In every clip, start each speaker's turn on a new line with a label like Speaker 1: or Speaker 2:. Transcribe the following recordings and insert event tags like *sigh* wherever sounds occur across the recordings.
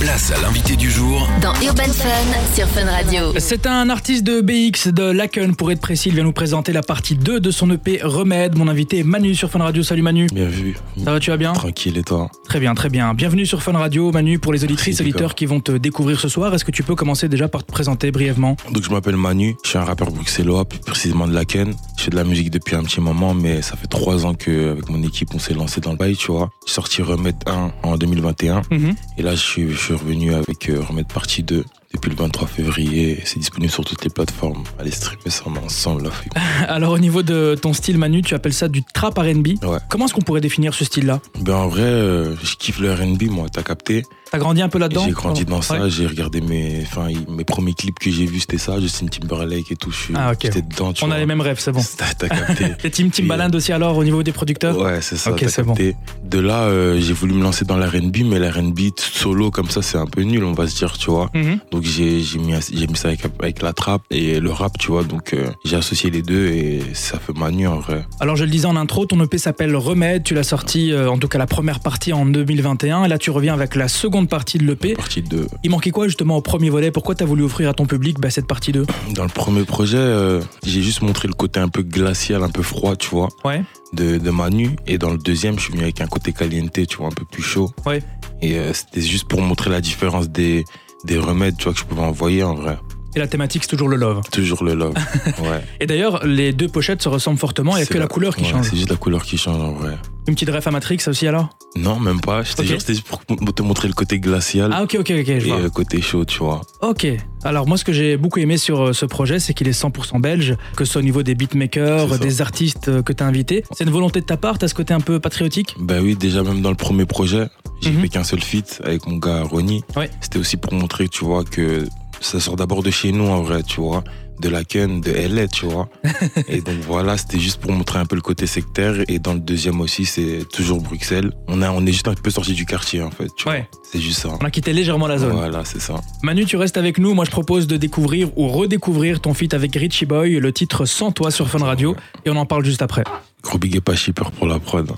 Speaker 1: Place à l'invité du jour
Speaker 2: Dans Urban Fun sur Fun Radio.
Speaker 3: C'est un artiste de BX de Laken pour être précis, il vient nous présenter la partie 2 de son EP Remède. Mon invité est Manu sur Fun Radio. Salut Manu.
Speaker 4: Bien vu.
Speaker 3: Ça va, tu vas bien
Speaker 4: Tranquille et toi
Speaker 3: Très bien, très bien. Bienvenue sur Fun Radio Manu pour les auditrices,
Speaker 4: Merci,
Speaker 3: auditeurs
Speaker 4: Nicolas.
Speaker 3: qui vont te découvrir ce soir. Est-ce que tu peux commencer déjà par te présenter brièvement
Speaker 4: Donc je m'appelle Manu, je suis un rappeur bruxellois, plus précisément de Laken. Je fais de la musique depuis un petit moment, mais ça fait trois ans que avec mon équipe on s'est lancé dans le bail, tu vois. J'ai sorti Remède 1 en 2021 et là je suis, je suis revenu avec euh, Remède Partie 2 depuis le 23 février. C'est disponible sur toutes les plateformes. Allez streamer ça on est ensemble là. Fait.
Speaker 3: *laughs* Alors au niveau de ton style Manu, tu appelles ça du trap R&B.
Speaker 4: Ouais.
Speaker 3: Comment est-ce qu'on pourrait définir ce style-là
Speaker 4: Ben en vrai, euh, je kiffe le R&B moi, t'as capté
Speaker 3: T'as grandi un peu là-dedans
Speaker 4: J'ai grandi dans ça,
Speaker 3: Ouais.
Speaker 4: j'ai regardé mes, enfin mes premiers clips que j'ai vus c'était ça, Justin Timberlake et tout. je suis-
Speaker 3: Ah, ok.
Speaker 4: J'étais dedans, tu
Speaker 3: On a
Speaker 4: vois.
Speaker 3: les mêmes rêves, c'est bon.
Speaker 4: T'as t'as
Speaker 3: *laughs*
Speaker 4: capté.
Speaker 3: Et Tim Timbaland aussi alors au niveau des producteurs
Speaker 4: Ouais, c'est ça.
Speaker 3: Ok,
Speaker 4: t'as
Speaker 3: c'est bon.
Speaker 4: capté. De là, euh, j'ai voulu me lancer dans l'R&B, mais l'R&B solo comme ça, c'est un peu nul, on va se dire, tu vois.
Speaker 3: Mhm.
Speaker 4: Donc j'ai j'ai mis j'ai mis ça avec, avec la trappe et le rap, tu vois. Donc euh, j'ai associé les deux et ça fait Manu en vrai.
Speaker 3: Alors je le disais en intro, ton EP s'appelle Remède, tu l'as sorti euh, en tout cas la première partie en 2021 et là tu reviens avec la seconde partie de l'EP.
Speaker 4: Partie de
Speaker 3: Il manquait quoi justement au premier volet Pourquoi t'as voulu offrir à ton public bah, cette partie 2
Speaker 4: dans le premier projet, euh, j'ai juste montré le côté un peu glacial, un peu froid, tu vois.
Speaker 3: Ouais.
Speaker 4: de, de Manu. Et dans le deuxième, je suis venu avec un côté caliente, tu vois, un peu plus chaud.
Speaker 3: Ouais.
Speaker 4: Et euh, c'était juste pour montrer la différence des, des remèdes, tu vois, que je pouvais envoyer en vrai.
Speaker 3: Et la thématique c'est toujours le love.
Speaker 4: Toujours le
Speaker 3: *laughs*
Speaker 4: love. ouais.
Speaker 3: Et d'ailleurs les deux pochettes se ressemblent fortement, il n'y a
Speaker 4: C'est
Speaker 3: que la couleur qui
Speaker 4: ouais,
Speaker 3: change.
Speaker 4: C'est juste la couleur qui change en vrai.
Speaker 3: Une petite ref à Matrix ça aussi alors
Speaker 4: Non, même pas. Je te
Speaker 3: Ok.
Speaker 4: jure, c'était juste pour te montrer le côté glacial
Speaker 3: Ah ok ok ok je
Speaker 4: Euh, et
Speaker 3: vois.
Speaker 4: le côté chaud, tu vois.
Speaker 3: Ok, alors moi ce que j'ai beaucoup aimé sur euh, ce projet c'est qu'il est 100% belge, que ce soit au niveau des beatmakers,
Speaker 4: C'est ça.
Speaker 3: des artistes euh, que t'as invités. C'est une volonté de ta part, t'as ce côté un peu patriotique
Speaker 4: Ben oui, déjà même dans le premier projet, j'ai
Speaker 3: Mhm.
Speaker 4: fait qu'un seul feat avec mon gars Ronnie.
Speaker 3: Ouais.
Speaker 4: C'était aussi pour montrer, tu vois, que ça sort d'abord de chez nous en vrai, tu vois, de la Ken, de LA, tu
Speaker 3: *laughs*
Speaker 4: vois. et donc voilà, c'était juste pour montrer un peu le côté sectaire. Et dans le deuxième aussi, c'est toujours Bruxelles. On, a, on est juste un peu sorti du quartier en fait, tu vois.
Speaker 3: Ouais.
Speaker 4: C'est juste ça.
Speaker 3: On a quitté légèrement la zone.
Speaker 4: Voilà, c'est ça.
Speaker 3: Manu, tu restes avec nous. Moi, je propose de découvrir ou redécouvrir ton feat avec Richie Boy, le titre Sans toi sur Fun Radio, et on en parle juste après.
Speaker 4: Gros big et pas shipper pour la prod.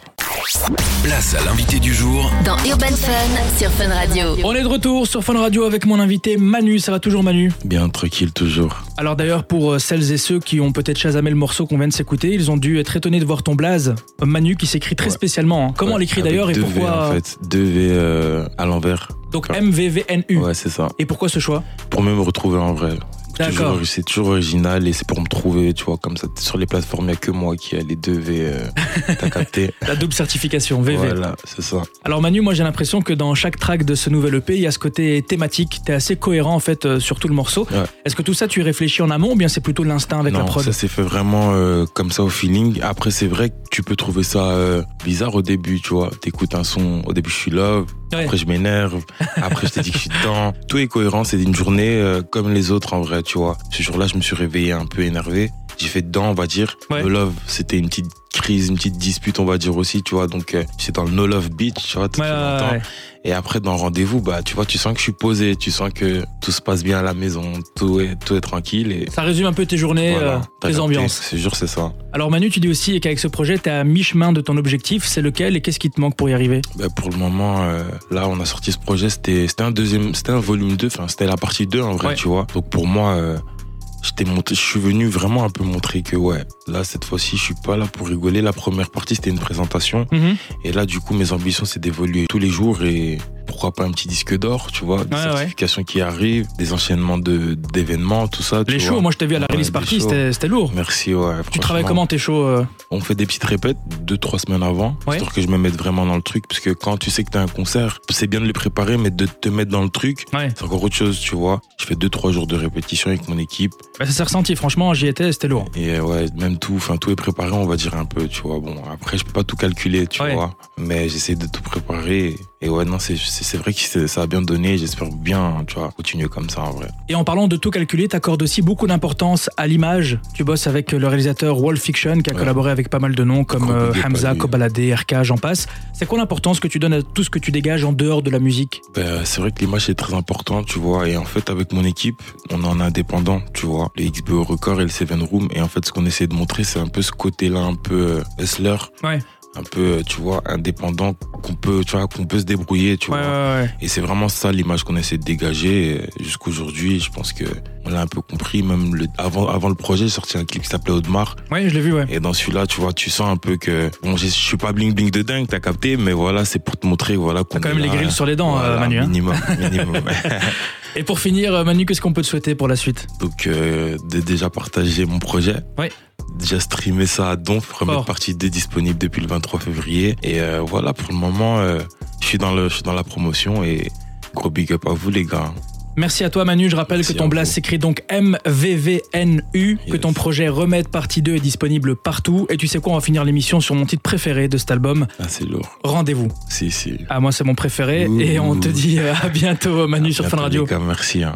Speaker 1: Place à l'invité du jour
Speaker 2: Dans Urban Fun sur Fun Radio.
Speaker 3: On est de retour sur Fun Radio avec mon invité Manu. Ça va toujours, Manu
Speaker 4: Bien tranquille toujours.
Speaker 3: Alors d'ailleurs, pour euh, celles et ceux qui ont peut-être chasamé le morceau qu'on vient de s'écouter, ils ont dû être étonnés de voir ton blaze. Euh, Manu qui s'écrit très
Speaker 4: Ouais.
Speaker 3: spécialement. hein. Comment on
Speaker 4: Ouais,
Speaker 3: l'écrit
Speaker 4: avec
Speaker 3: d'ailleurs et
Speaker 4: deux V
Speaker 3: pourquoi
Speaker 4: en fait, 2V à l'envers.
Speaker 3: Donc MVVNU.
Speaker 4: Ouais, c'est ça.
Speaker 3: Et pourquoi ce choix
Speaker 4: Pour me retrouver en vrai.
Speaker 3: D'accord.
Speaker 4: Toujours- C'est toujours original et c'est pour me trouver, tu vois, comme ça. Sur les plateformes, il n'y a que moi qui a les deux V. euh,
Speaker 3: *laughs*
Speaker 4: T'as capté
Speaker 3: La double certification, VV.
Speaker 4: Voilà, c'est ça.
Speaker 3: Alors Manu, moi j'ai l'impression que dans chaque track de ce nouvel EP, il y a ce côté thématique, t'es assez cohérent en fait euh, sur tout le morceau.
Speaker 4: Ouais.
Speaker 3: Est-ce que tout ça tu y réfléchis en amont ou bien c'est plutôt l'instinct avec la
Speaker 4: non,
Speaker 3: prod
Speaker 4: ça s'est fait vraiment euh, comme ça au feeling. Après, c'est vrai que tu peux trouver ça euh, bizarre au début, tu vois. T'écoutes un son, au début je suis love,
Speaker 3: Ouais.
Speaker 4: après je m'énerve, après je t'ai dit que je suis
Speaker 3: *laughs*
Speaker 4: dedans. Tout est cohérent, c'est une journée euh, comme les autres en vrai, tu vois. Ce jour-là, je me suis réveillé un peu énervé. J'ai fait dedans, on va dire.
Speaker 3: Ouais.
Speaker 4: No love, c'était une petite crise, une petite dispute, on va dire aussi, tu vois. Donc, euh, j'étais dans le no love beat, tu vois. tout
Speaker 3: Ouais, ouais,
Speaker 4: longtemps.
Speaker 3: ouais.
Speaker 4: Et après, dans le rendez-vous, bah, tu vois, tu sens que je suis posé, tu sens que tout se passe bien à la maison, tout est, tout est tranquille. Et
Speaker 3: Ça résume un peu tes journées,
Speaker 4: voilà,
Speaker 3: euh,
Speaker 4: t'as
Speaker 3: tes
Speaker 4: capté,
Speaker 3: ambiances.
Speaker 4: C'est sûr, c'est ça.
Speaker 3: Alors Manu, tu dis aussi qu'avec ce projet, t'es à mi-chemin de ton objectif, c'est lequel et qu'est-ce qui te manque pour y arriver
Speaker 4: Bah, pour le moment, euh, là, on a sorti ce projet. C'était, c'était un deuxième, c'était un volume 2, enfin, c'était la partie 2 en vrai,
Speaker 3: Ouais.
Speaker 4: tu vois. Donc pour moi, euh, j'étais monté, je suis venu vraiment un peu montrer que, ouais, là, cette fois-ci, je suis pas là pour rigoler. La première partie, c'était une présentation.
Speaker 3: Mhm.
Speaker 4: Et là, du coup, mes ambitions, c'est d'évoluer tous les jours et pourquoi pas un petit disque d'or, tu vois, des
Speaker 3: Ouais, ouais.
Speaker 4: certifications qui arrivent, des enchaînements de, d'événements, tout ça. tu
Speaker 3: Les shows,
Speaker 4: vois.
Speaker 3: moi je t'ai vu à la
Speaker 4: Ouais,
Speaker 3: release
Speaker 4: les
Speaker 3: party,
Speaker 4: shows.
Speaker 3: c'était c'était lourd.
Speaker 4: Merci, ouais.
Speaker 3: Tu
Speaker 4: franchement.
Speaker 3: travailles comment tes shows euh
Speaker 4: On fait des petites répètes deux, trois semaines avant,
Speaker 3: Ouais.
Speaker 4: histoire que je me mette vraiment dans le truc, parce que quand tu sais que t'as un concert, c'est bien de le préparer, mais de te mettre dans le truc,
Speaker 3: Ouais.
Speaker 4: c'est encore autre chose, tu vois. Je fais deux, trois jours de répétition avec mon équipe,
Speaker 3: Bah, ça s'est ressenti, franchement, j'y étais, c'était lourd.
Speaker 4: et euh, ouais, même tout, enfin, tout est préparé, on va dire un peu, tu vois. Bon, après, je peux pas tout calculer, tu
Speaker 3: Ouais.
Speaker 4: vois, mais j'essaie de tout préparer, et ouais, non, c'est- c'est c'est vrai que c'est- ça a bien donné, j'espère bien, tu vois, continuer comme ça, en vrai.
Speaker 3: Et en parlant de tout calculer, t'accordes aussi beaucoup d'importance à l'image. Tu bosses avec le réalisateur Wall Fiction qui a
Speaker 4: Ouais.
Speaker 3: collaboré avec pas mal de noms comme
Speaker 4: Gros
Speaker 3: euh,
Speaker 4: big up à
Speaker 3: Hamza,
Speaker 4: lui.
Speaker 3: Kobalade, RK, j'en passe. C'est quoi l'importance que tu donnes à tout ce que tu dégages en dehors de la musique
Speaker 4: Ben, c'est vrai que l'image est très importante, tu vois. Et en fait, avec mon équipe, on est en indépendant, tu vois. Le XBO Record et le Seven Room. Et en fait, ce qu'on essaie de montrer, c'est un peu ce côté-là, un peu euh, hustler.
Speaker 3: Ouais.
Speaker 4: un peu, tu vois, indépendant, qu'on peut, tu vois, qu'on peut se débrouiller, tu
Speaker 3: Ouais,
Speaker 4: vois.
Speaker 3: ouais, ouais.
Speaker 4: Et c'est vraiment ça l'image qu'on essaie de dégager euh, jusqu'aujourd'hui. Je pense que on l'a un peu compris. Même le, avant, avant le projet, j'ai sorti un clip qui s'appelait Audemars.
Speaker 3: Ouais, je l'ai vu, ouais.
Speaker 4: Et dans celui-là, tu vois, tu sens un peu que bon, je je suis pas bling bling de dingue, t'as capté, mais voilà, c'est pour te montrer, voilà, qu'on
Speaker 3: T'as quand
Speaker 4: est
Speaker 3: même les
Speaker 4: là,
Speaker 3: grilles sur les dents,
Speaker 4: voilà,
Speaker 3: euh, Manu. hein. *laughs*
Speaker 4: Minimum, minimum.
Speaker 3: Et pour finir, euh, Manu, qu'est-ce qu'on peut te souhaiter pour la suite
Speaker 4: Donc, euh, de déjà partager mon projet.
Speaker 3: Ouais.
Speaker 4: Déjà streamer ça à Donf, première
Speaker 3: Fort.
Speaker 4: partie D disponible depuis le 23 février. Et euh, voilà, pour le moment, euh, je suis dans le, je suis dans la promotion et gros big up à vous les gars.
Speaker 3: Merci à toi Manu, je rappelle
Speaker 4: Merci à
Speaker 3: que ton
Speaker 4: vous.
Speaker 3: blast s'écrit donc MVVNU, que
Speaker 4: Yes.
Speaker 3: ton projet Remède partie 2 est disponible partout, et tu sais quoi, on va finir l'émission sur mon titre préféré de cet album,
Speaker 4: Ah, c'est lourd.
Speaker 3: Rendez-vous.
Speaker 4: Si, si.
Speaker 3: Ah moi c'est mon préféré,
Speaker 4: Ouh.
Speaker 3: et on te dit euh, à bientôt Manu sur
Speaker 4: Bientôt,
Speaker 3: Fun Radio.
Speaker 4: les gars, merci. hein.